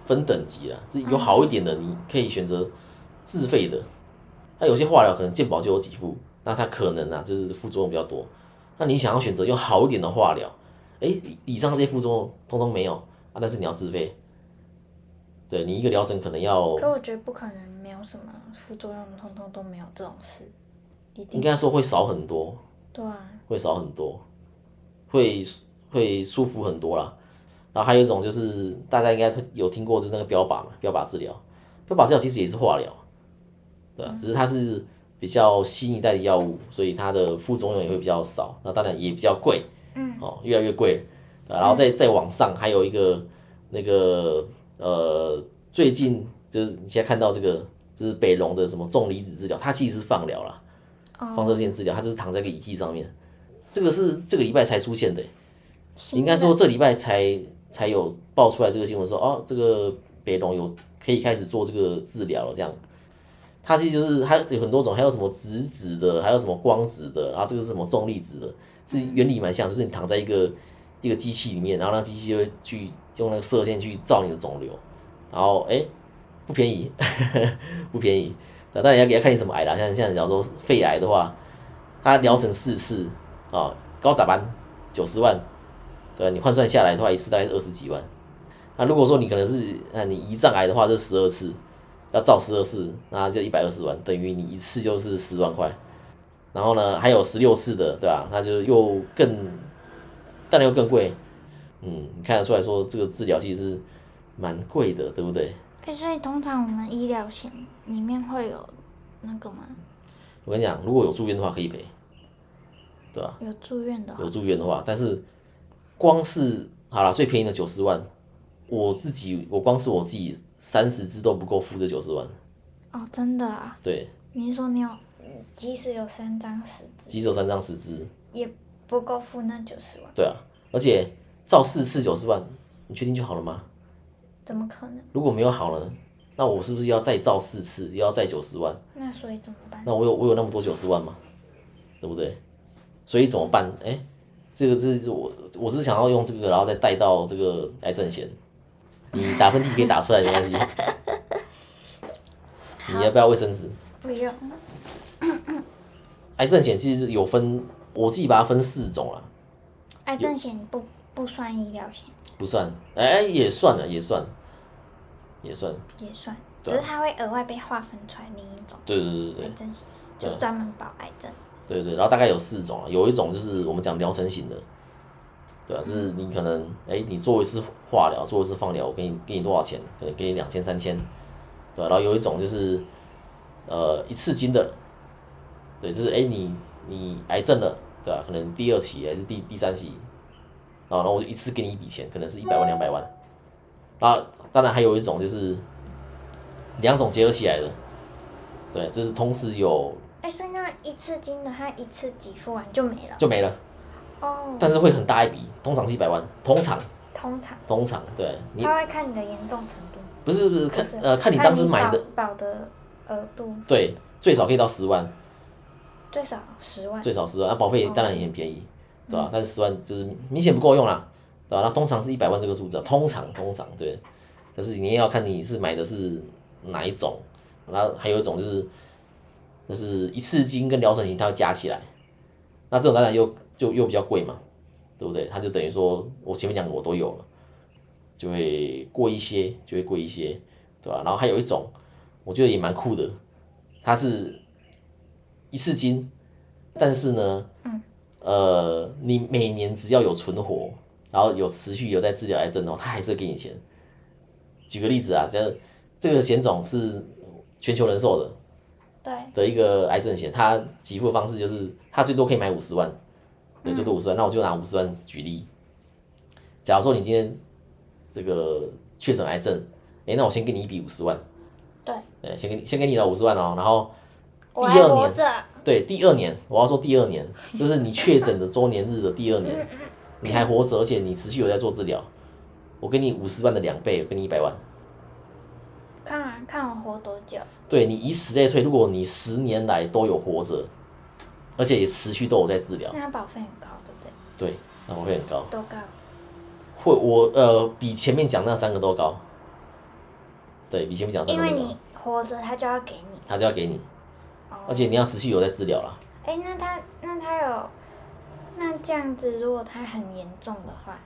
Speaker 1: 分等级啦，就是有好一点
Speaker 3: 嗯
Speaker 1: 的，你可以选择自费的。那有些化疗可能健保就有给付，那它可能啊就是副作用比较多。那你想要选择用好一点的化疗，哎，以以上这些副作用通通没有啊，但是你要自费。对你一个疗程可能要，
Speaker 3: 可我觉得不可能没有什么副作用，通通都没有这种事，一
Speaker 1: 应
Speaker 3: 定
Speaker 1: 该说会少很多，
Speaker 3: 对啊，
Speaker 1: 会少很多，会会舒服很多啦。然后还有一种就是大家应该有听过，就是那个标靶嘛，标靶治疗，标靶治疗其实也是化疗，对啊吧、只是它是比较新一代的药物，所以它的副作用也会比较少，那当然也比较贵，
Speaker 3: 嗯，
Speaker 1: 哦，越来越贵，对啊吧然后再再往上还有一个那个呃，最近就是你现在看到这个，就是北龙的什么重离子治疗，它其实是放疗啦，放
Speaker 2: 哦
Speaker 1: 射线治疗，他就是躺在个仪器上面。这个是这个礼拜才出现的，
Speaker 2: 新
Speaker 1: 应该说
Speaker 2: 的
Speaker 1: 这礼拜才才有爆出来这个新闻说，哦，这个北龙有可以开始做这个治疗了，这样。它其实就是它有很多种，还有什么直子的，还有什么光子的，然后这个是什么重力子的，是原理蛮像，就是你躺在一个一个机器里面，然后那机器就会去用那个射线去照你的肿瘤，然后哎、不便宜， 不便宜，那当然要给他看你什么癌啦，像像假如说肺癌的话，它疗程四次啊、高咋办？九十万，对吧、你换算下来的话，一次大概是二十几万。那如果说你可能是啊，你胰脏癌的话，这十二次要照十二次，那就一百二十万，等于你一次就是十万块。然后呢，还有十六次的，对吧、那就又更，当然又更贵。嗯，你看得出来说这个治疗其实是蛮贵的，对不对？
Speaker 2: 哎、所以通常我们医疗险里面会有那个吗？
Speaker 1: 我跟你讲，如果有住院的话可以赔，对吧、
Speaker 2: 有住院的哦、
Speaker 1: 有住院的话，但是光是好了，最便宜的九十万，我自己我光是我自己三十只都不够付这九十万，
Speaker 2: 哦，真的啊？
Speaker 1: 对，
Speaker 2: 你是说你有，嗯即使有三张十字，
Speaker 1: 棘手三张十只，
Speaker 2: 也不够付那九十万？
Speaker 1: 对啊，而且照四次九十万，你确定就好了吗？
Speaker 2: 怎么可能？
Speaker 1: 如果没有好呢，那我是不是要再照四次，又要再九十万？
Speaker 2: 那所以怎么办？
Speaker 1: 那我有我有那么多九十万吗？对不对？所以怎么办？哎、这个这是我我是想要用这个，然后再带到这个癌症险。你打喷嚏可以打出来，没关系。 你要不要卫生纸？
Speaker 2: 不用，
Speaker 1: 癌症险其实有分，我自己把它分四种啦，
Speaker 2: 癌症险不不算医疗险，
Speaker 1: 不算，哎、哎也算了，也算，也算，
Speaker 2: 也算，只
Speaker 1: 对啊
Speaker 2: 是它会额外被划分出来另一种
Speaker 1: 对对对对对
Speaker 2: 癌症险，
Speaker 1: 对啊
Speaker 2: 就是专门保癌症。
Speaker 1: 对对，然后大概有四种啊，有一种就是我们讲疗程型的，对啊，就是你可能哎，你做一次化疗，做一次放疗，我给你给你多少钱？可能给你两千、三千，对、啊，然后有一种就是呃一次金的，对，就是哎你你癌症了，对啊吧、可能第二期还是第第三期，然后然后我就一次给你一笔钱，可能是一百万、两百万，然后当然还有一种就是两种结合起来的，对，这是同时有
Speaker 2: 哎、所以那一次金的，它一次给付完就没了。
Speaker 1: 就没了。
Speaker 2: 哦，
Speaker 1: 但是会很大一笔，通常是一百万，通常
Speaker 2: 通常
Speaker 1: 通常对你
Speaker 2: 它会看你的严重程度，
Speaker 1: 不是不是看
Speaker 2: 啊就是
Speaker 1: 呃看你当时买的
Speaker 2: 保保的额度，
Speaker 1: 对，最少可以到十万，
Speaker 2: 最少十万。
Speaker 1: 最少十万，那保费
Speaker 2: 哦嗯
Speaker 1: 当然也很便宜，对吧、但是十万就是明显不够用啦，对吧、那通常是一百万这个数字啊，通常通常对，但是你也要看你是买的是哪一种，那还有一种就是就是一次金跟疗程型它会加起来，那这种当然又就又比较贵嘛，对不对？它就等于说我前面两个我都有了，就会贵一些，就会贵一些，对吧、然后还有一种我觉得也蛮酷的，它是一次金，但是呢，
Speaker 2: 嗯
Speaker 1: 呃，你每年只要有存活，然后有持续有在治疗癌症的话，它还是会给你钱。举个例子啊，这这个险种是全球人寿的，
Speaker 2: 对，
Speaker 1: 的一个癌症险，它给付的方式就是它最多可以买五十万，对，最多五十万。那我就拿五十万举例，假如说你今天这个确诊癌症，诶、那我先给你一笔五十万，
Speaker 2: 对，
Speaker 1: 对，先给你先给你了五十万哦，然后
Speaker 2: 我
Speaker 1: 第
Speaker 2: 还
Speaker 1: 二年
Speaker 2: 活着，
Speaker 1: 对第二年，我要说第二年，就是你确诊的周年日的第二年，
Speaker 2: 嗯
Speaker 1: 你还活着，而且你持续有在做治疗，我给你五十万的两倍，我给你一百万。
Speaker 2: 看啊，看我活多久。
Speaker 1: 对你以此类推，如果你十年来都有活着，而且也持续都有在治疗，
Speaker 2: 那它保费很高，对不对？
Speaker 1: 对，那我会很高，
Speaker 2: 多高？
Speaker 1: 会我呃比前面讲那三个都高，对比前面讲三
Speaker 2: 因
Speaker 1: 个
Speaker 2: 为
Speaker 1: 都高
Speaker 2: 你，活着，它就要给你。
Speaker 1: 他就要给你，
Speaker 2: 哦
Speaker 1: 而且你要持续有在治疗啦，
Speaker 2: 哎、那他那他有，那这样子，如果他很严重的话，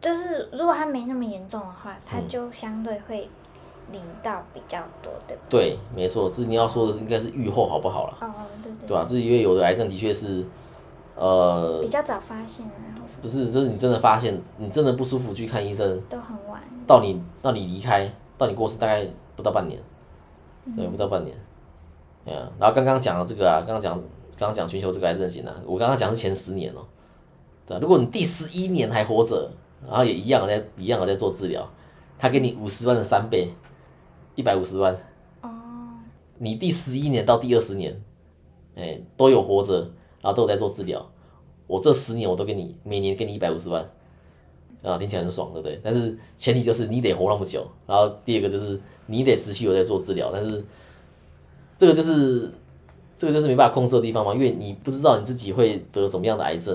Speaker 2: 就是如果他没那么严重的话，他
Speaker 1: 嗯
Speaker 2: 就相对会领到比较多，对吧？
Speaker 1: 对，没错，是你要说的是应该是愈后好不好啦，
Speaker 2: 哦，对对
Speaker 1: 对啊吧、就是因为有的癌症的确是，呃
Speaker 2: 比，较早发现啊，或什
Speaker 1: 不
Speaker 2: 么
Speaker 1: 是，就是你真的发现你真的不舒服去看医生，
Speaker 2: 都很晚。
Speaker 1: 到你到你离开，到你过世大概不到半年，对，不到半年。哎呀、然后刚刚讲的这个啊，刚刚讲刚刚讲全球这个癌症型啊，我刚刚讲是前十年哦、对啊、如果你第十一年还活着，然后也一样在一样在做治疗，他给你五十万的三倍，一百五十万，
Speaker 2: 哦，
Speaker 1: 你第十一年到第二十年，哎、都有活着，然后都有在做治疗，我这十年我都给你每年给你一百五十万，啊，听起来很爽，对不对？但是前提就是你得活那么久，然后第二个就是你得持续有在做治疗，但是这个就是这个就是没办法控制的地方嘛，因为你不知道你自己会得什么样的癌症，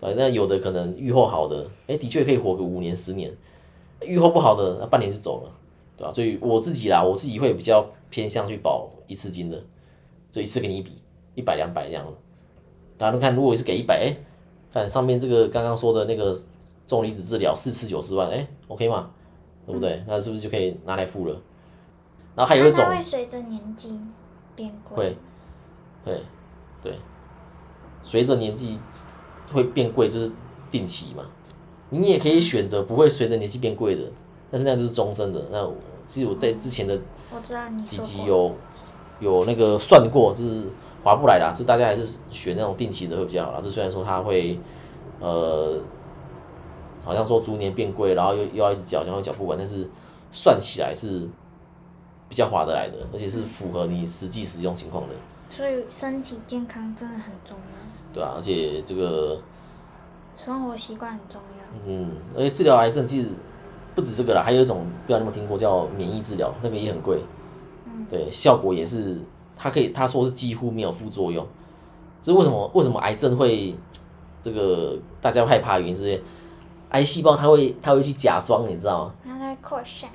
Speaker 1: 对吧那有的可能预后好的，哎、的确可以活个五年十年，预后不好的，那半年就走了，对吧、所以我自己啦，我自己会比较偏向去保一次金的，就一次给你一笔一百两百这样子。然后看，如果是给一百，哎，看上面这个刚刚说的那个重离子治疗四次九十万，哎，OK 嘛，对不对？那是不是就可以拿来付了？然后还有一
Speaker 3: 那
Speaker 1: 种
Speaker 2: 啊
Speaker 3: 它会随着年纪变贵。
Speaker 1: 会，会，对，随着年纪会变贵，就是定期嘛。你也可以选择不会随着年纪变贵的，但是那就是终身的。那我其实我在之前的
Speaker 3: 我知道你
Speaker 1: 几
Speaker 3: 说
Speaker 1: 集
Speaker 3: 过。
Speaker 1: 有有那个算过，就是划不来啦，是大家还是选那种定期的会比较好啦。就虽然说它会呃，好像说逐年变贵，然后又又要一直缴，然后缴不完，但是算起来是比较划得来的，而且是符合你实际使用情况的。
Speaker 3: 所以身体健康真的很重要，
Speaker 1: 对啊，而且这个，
Speaker 3: 生活习惯很重要。
Speaker 1: 嗯，而且治疗癌症其实不止这个啦，还有一种不知道你有没有听过叫免疫治疗，那个也很贵，
Speaker 3: 嗯，
Speaker 1: 对，效果也是，它可以他说是几乎没有副作用，这是为什么？为什么癌症会这个大家会害怕的原因是因为癌细胞它会它会去假装，你知道吗？
Speaker 3: 它在扩散。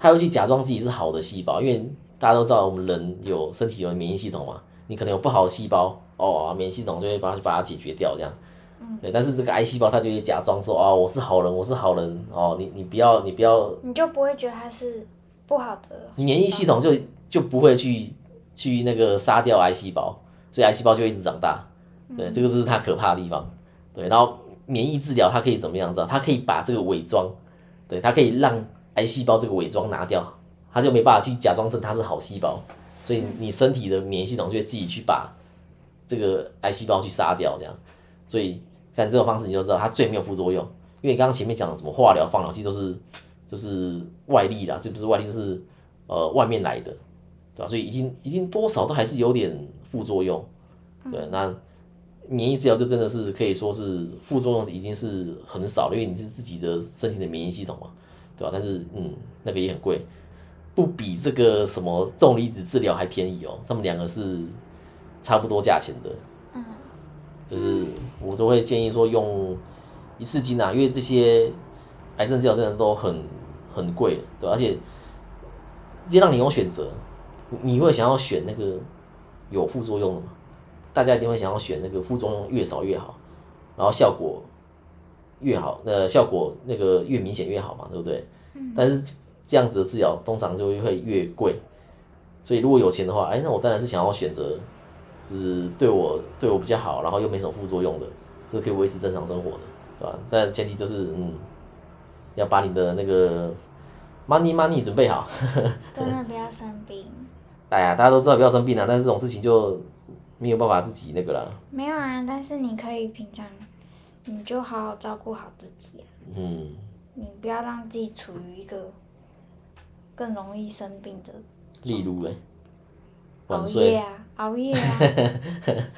Speaker 1: 它会去假装自己是好的细胞，因为大家都知道我们人有身体有免疫系统嘛，你可能有不好的细胞，哦，啊免疫系统就会把它把它解决掉这样。
Speaker 3: 嗯
Speaker 1: 对，但是这个癌细胞它就会假装说哦，我是好人，我是好人哦，你你不要你不要，
Speaker 3: 你就不会觉得它是不好的。
Speaker 1: 免疫系统就就不会去去那个杀掉癌细胞，所以癌细胞就会一直长大。嗯
Speaker 2: 嗯
Speaker 1: 对，
Speaker 3: 嗯
Speaker 1: 这个就是它可怕的地方。对，然后免疫治疗它可以怎么样？知道？它可以把这个伪装，对，它可以让癌细胞这个伪装拿掉，它就没办法去假装成它是好细胞，所以你身体的免疫系统就会自己去把这个癌细胞去杀掉，这样。所以看这种方式你就知道它最没有副作用，因为你刚刚前面讲的什么化疗、放疗，其实都是就是外力啦，这不是外力就是呃外面来的，对吧、所以一定一定多少都还是有点副作用，
Speaker 2: 嗯
Speaker 1: 对，那。免疫治疗就真的是可以说是副作用已经是很少了，因为你是自己的身体的免疫系统嘛，对吧、但是嗯，那个也很贵，不比这个什么重离子治疗还便宜哦，他们两个是差不多价钱的。
Speaker 3: 嗯，
Speaker 1: 就是我都会建议说用一次金啊，因为这些癌症治疗真的都很很贵，对吧、而且这让你有选择，你你会想要选那个有副作用的吗？大家一定会想要选那个副作用越少越好，然后效果越好，那效果那个越明显越好嘛，对不对？但是这样子的治疗通常就会越贵，所以如果有钱的话，哎，那我当然是想要选择就是对我对我比较好，然后又没什么副作用的，这可以维持正常生活的，对吧？但前提就是嗯，要把你的那个 money money 准备好。
Speaker 3: 真的不要生病。
Speaker 1: 哎呀，大家都知道不要生病啊，但是这种事情就没有办法自己那个啦。
Speaker 3: 没有啊，但是你可以平常，你就好好照顾好自己啊，
Speaker 1: 嗯，
Speaker 3: 你不要让自己处于一个更容易生病的
Speaker 1: 例如哎，晚
Speaker 3: 熬夜
Speaker 1: 睡，
Speaker 3: 啊，熬夜 啊。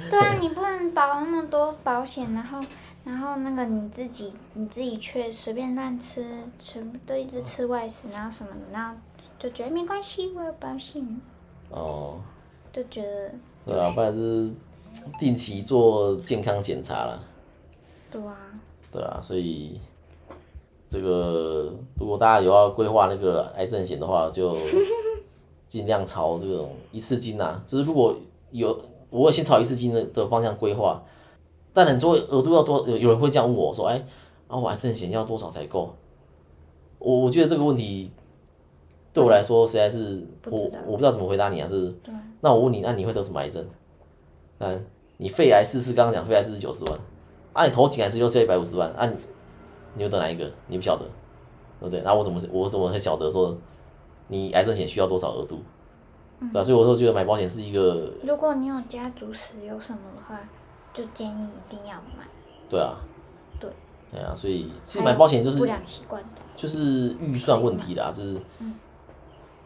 Speaker 3: 对啊，你不能保那么多保险，然后然后那个你自己你自己却随便乱吃，吃都一直吃外食，然后什么的，然后就觉得没关系，我有保险，
Speaker 1: 哦，
Speaker 3: 就觉得
Speaker 1: 对啊，不然就是定期做健康检查啦。
Speaker 3: 对啊，
Speaker 1: 对啊，所以这个如果大家有要规划那个癌症险的 话，就尽量朝这种一次金啊，就是如果有我会先朝一次金的的方向规划。当然，你说额度要多，有有人会这样问我说：“哎，啊，我癌症险要多少才够？”我我觉得这个问题对我来说实在是
Speaker 3: 不
Speaker 1: 我
Speaker 3: 知道
Speaker 1: 我不知道怎么回答你啊，就是
Speaker 3: 对啊
Speaker 1: 那我问你，那你会得什么癌症？嗯，你肺癌四次，刚刚讲肺癌四十九十万，啊，你头颈癌十六是一百五十万，啊你，你又得哪一个？你不晓得，对不对？那我怎么我怎么会晓得说你癌症险需要多少额度？对
Speaker 3: 嗯
Speaker 1: 吧、所以我说觉得买保险是一个，
Speaker 3: 如果你有家族史有什么的话，就建议一定要买。
Speaker 1: 对啊，
Speaker 3: 对，
Speaker 1: 对啊，所以其实
Speaker 3: 还有
Speaker 1: 买保险就是
Speaker 3: 不良习惯的，
Speaker 1: 就是预算问题啦，就是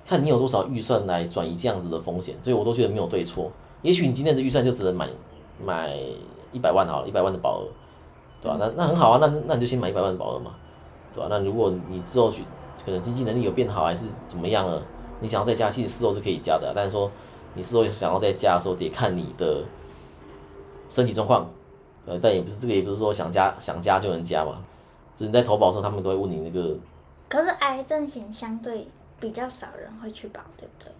Speaker 1: 看你有多少预算来转移这样子的风险，所以我都觉得没有对错，也许你今天的预算就只能买买一百万好了，一百万的保额，对吧、那那很好啊，那那你就先买一百万的保额嘛，对吧、那如果你之后去可能经济能力有变好还是怎么样了，你想要再加，其实事后是可以加的啊、但是说你事后想要再加的时候，得看你的身体状况，呃，但也不是这个，也不是说想加想加就能加嘛，就是你在投保的时候，他们都会问你那个
Speaker 2: 可是癌症险相对比较少人会去保，对不对？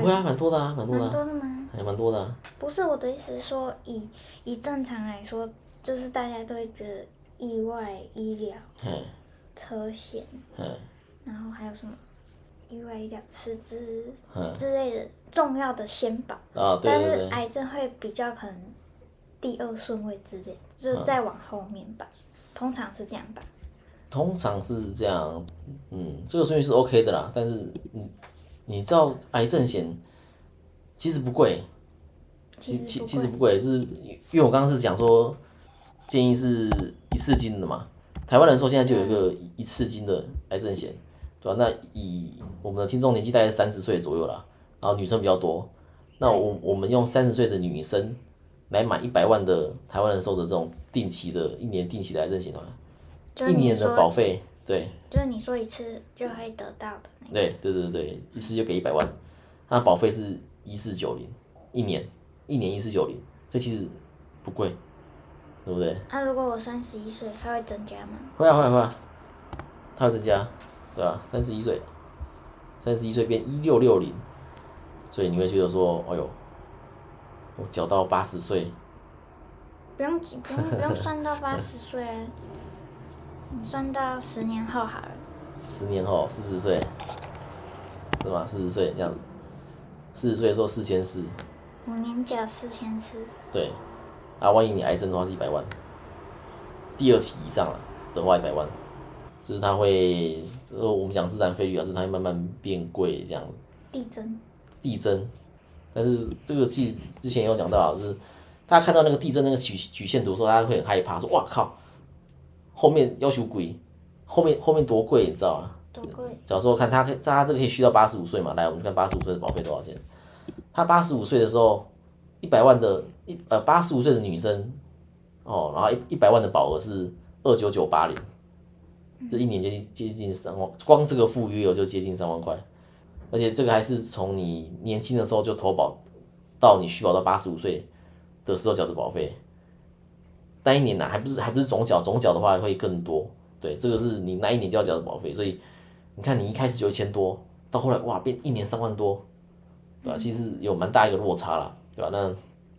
Speaker 1: 不会啊，蛮多的啊，蛮多的、
Speaker 2: 蛮
Speaker 1: 啊，
Speaker 2: 多的吗？
Speaker 1: 还蛮多的、啊。
Speaker 2: 不是我的意思是说，以以正常来说，就是大家都会觉得意外医疗
Speaker 1: 嗯
Speaker 2: 车险，
Speaker 1: 嗯
Speaker 2: 然后还有什么意外医疗辞职
Speaker 1: 嗯
Speaker 2: 之类的重要的先保，
Speaker 1: 啊，对
Speaker 2: 但
Speaker 1: 对
Speaker 2: 是哎
Speaker 1: 对，
Speaker 2: 癌症会比较可能第二顺位之类，就是再往后面吧，通常是这样吧。
Speaker 1: 通常是这样，嗯，这个顺序是 OK 的啦。但是你你知道癌症险其实不贵，其其
Speaker 2: 其实
Speaker 1: 其实
Speaker 2: 嗯不
Speaker 1: 不
Speaker 2: 贵，
Speaker 1: 贵，就是因为我刚刚是讲说建议是一次金的嘛，台湾人说现在就有一个
Speaker 2: 嗯
Speaker 1: 一一次金的癌症险，对吧、那以我们的听众年纪大概三十岁左右啦，然后女生比较多，那我我们用三十岁的女生来买一百万的台湾人寿的这种定期的一年定期的癌症险的话，
Speaker 2: 就
Speaker 1: 一
Speaker 2: 是你
Speaker 1: 年的保
Speaker 2: 说，
Speaker 1: 费，对
Speaker 2: 就是你说一次就会得到的那个。
Speaker 1: 对对对对，一次就给一百万，那保费是一四九零一年，一年一四九零，所以其实不贵，对不对？
Speaker 2: 那、啊如果我三十一岁，它会增加吗？
Speaker 1: 会啊会啊会啊，他有增加，对吧、啊？三十一岁，三十一岁变一六六零，所以你会觉得说，哎呦，我缴到八十岁，
Speaker 2: 不用急，不用不用算到八十岁 啊，你算到十年后好了。
Speaker 1: 十年后四十岁，是吗？四十岁这样子，四十岁的时候四千四，
Speaker 2: 五年缴四千四，
Speaker 1: 对，啊，万一你癌症的话是一百万，第二期以上了的话一百万，就是它会，这个我们讲自然费率啊，是它会慢慢变贵这样子。
Speaker 2: 递增。
Speaker 1: 地震，但是这个其实之前有讲到啊，就是大家看到那个地震那个曲曲线图的时候，大家会很害怕，说哇靠，后面要求鬼，后面后面多贵，你知道吗？
Speaker 2: 多贵？
Speaker 1: 假如说看他可以他这个可以续到八十五岁嘛，来我们看八十五岁的保费多少钱？他八十五岁的时候，一百万的一呃八十五岁的女生，哦，然后一一百万的保额是二九九八零，这一年接近接近三万，光这个付约有就接近三万块，而且这个还是从你年轻的时候就投保，到你续保到八十五岁的时候缴的保费，那一年呢、还不是还不是总缴，总缴的话会更多，对，这个是你那一年就要缴的保费，所以你看你一开始就一千多，到后来哇变一年三万多，对吧、其实有蛮大一个落差啦，对吧、那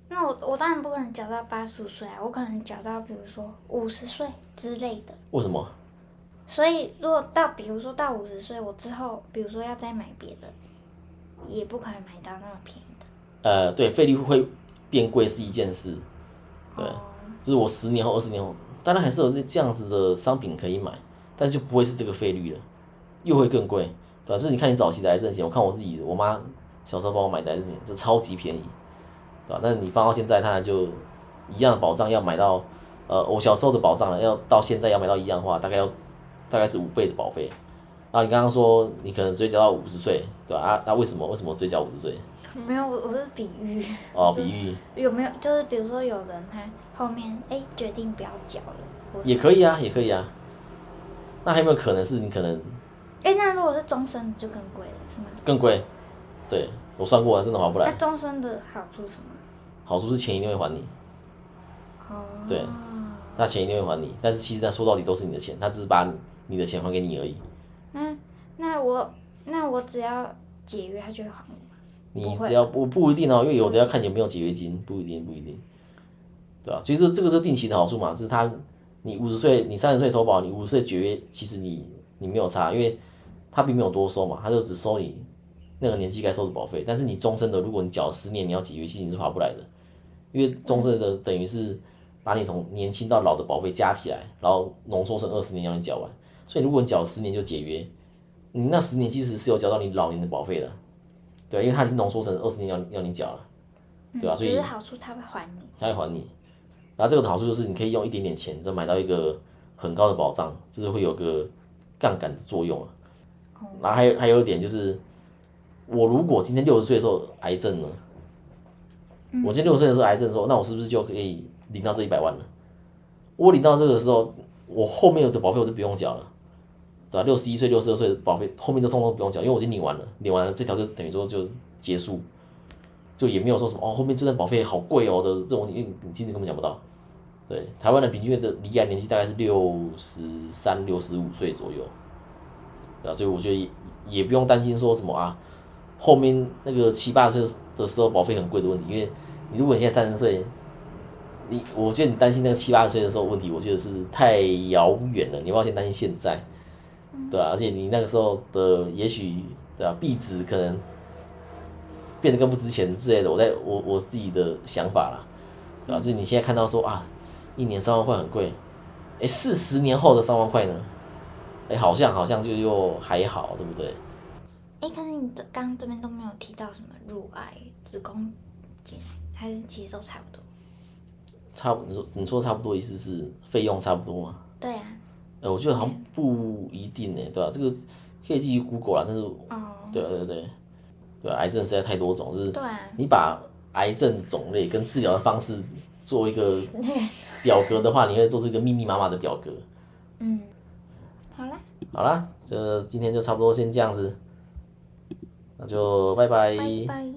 Speaker 2: 那我我当然不可能缴到八十五岁啊，我可能缴到比如说五十岁之类的。
Speaker 1: 为什么？
Speaker 2: 所以如果到比如说到五十岁，我之后比如说要再买别的，也不可能买到那么便宜的。
Speaker 1: 呃，对，费率会变贵是一件事，对
Speaker 2: 哦
Speaker 1: 就是我十年后、二十年后，当然还是有这样子的商品可以买，但是就不会是这个费率了，又会更贵。反正你看你早期的癌症险，我看我自己，我妈小时候帮我买的癌症险，这超级便宜，对吧、但是你放到现在，当然就一样的保障要买到，呃，我小时候的保障了，要到现在要买到一样的话，大概要大概是五倍的保费。啊，你刚刚说你可能追加到五十岁，对吧、啊，那为什么为什么追加五十岁？
Speaker 2: 没有，我我是比喻，
Speaker 1: 哦，比喻
Speaker 2: 有没有？就是比如说有人他后面哎决定不要缴了，我是
Speaker 1: 也可以啊，也可以啊。那还有没有可能是你可能
Speaker 2: 哎、那如果是终身的就更贵了，是吗？
Speaker 1: 更贵。对我算过了，真的划不
Speaker 2: 那
Speaker 1: 来。
Speaker 2: 终身的好处是什么？
Speaker 1: 好处是钱一定会还你，
Speaker 2: 哦，
Speaker 1: 对那钱一定会还你，但是其实他说到底都是你的钱，他只是把你的钱还给你而已。
Speaker 2: 那那我那我只要解约，他就会还我。
Speaker 1: 你
Speaker 2: 不会
Speaker 1: 只要不不一定哦，因为有的要看有没有解约金，不一定不一定，对吧、所以这这个是定期的好处嘛，就是他你五十岁，你三十岁投保，你五十岁解约，其实你你没有差，因为他并没有多收嘛，他就只收你那个年纪该收的保费，但是你终身的，如果你缴十年，你要解约，其实你是划不来的，因为终身的等于是把你从年轻到老的保费加起来，然后浓缩成二十年要你缴完，所以如果你缴十年就解约，你那十年其实是有缴到你老年的保费的。对，因为它已经浓缩成二十年要你要你缴了，对啊
Speaker 2: 嗯
Speaker 1: 所以
Speaker 2: 只是好处他会还你。
Speaker 1: 它会还你。然后这个的好处就是你可以用一点点钱就买到一个很高的保障，就是会有个杠杆的作用啊。然后还有还有一点就是，我如果今天六十岁的时候癌症呢，我今天六十岁的时候癌症的时候，那我是不是就可以领到这一百万了？我领到这个时候，我后面的保费我就不用缴了，对吧、六十一岁、六十二岁的保费后面都通通不用缴，因为我已经领完了，领完了这条就等于说就结束，就也没有说什么哦，后面这段保费好贵哦的这种，因为你今年根本讲不到。对，台湾的平均的离癌年纪大概是六十三、六十五岁左右，对啊，所以我觉得也也不用担心说什么啊，后面那个七八岁的时候保费很贵的问题，因为你如果你现在三十岁，你我觉得你担心那个七八十岁的时候问题，我觉得是太遥远了，你要不要先担心现在，对啊，而且你那个时候的也许对啊，币值可能变得更不值钱之类的，我在我我自己的想法啦，对吧、就是你现在看到说啊，一年三万块很贵，哎，四十年后的三万块呢？哎，好像好像就又还好，对不对？
Speaker 3: 哎、可是你这刚刚这边都没有提到什么乳癌、子宫颈，还是其实都差不多。
Speaker 1: 差不你说你说差不多意思是费用差不多吗？
Speaker 3: 对啊，
Speaker 1: 呃，我觉得好像不一定呢、对吧、这个可以继续 Google 啦，但是
Speaker 3: 哦，
Speaker 1: 对啊对对对，啊癌症实在太多种，就是
Speaker 3: 对啊，
Speaker 1: 你把癌症种类跟治疗的方式做一个
Speaker 3: 那个，
Speaker 1: 表格的话，你会做出一个密密麻麻的表格。
Speaker 3: 嗯，好啦，
Speaker 1: 好啦，这今天就差不多先这样子，那就拜拜
Speaker 3: 拜拜。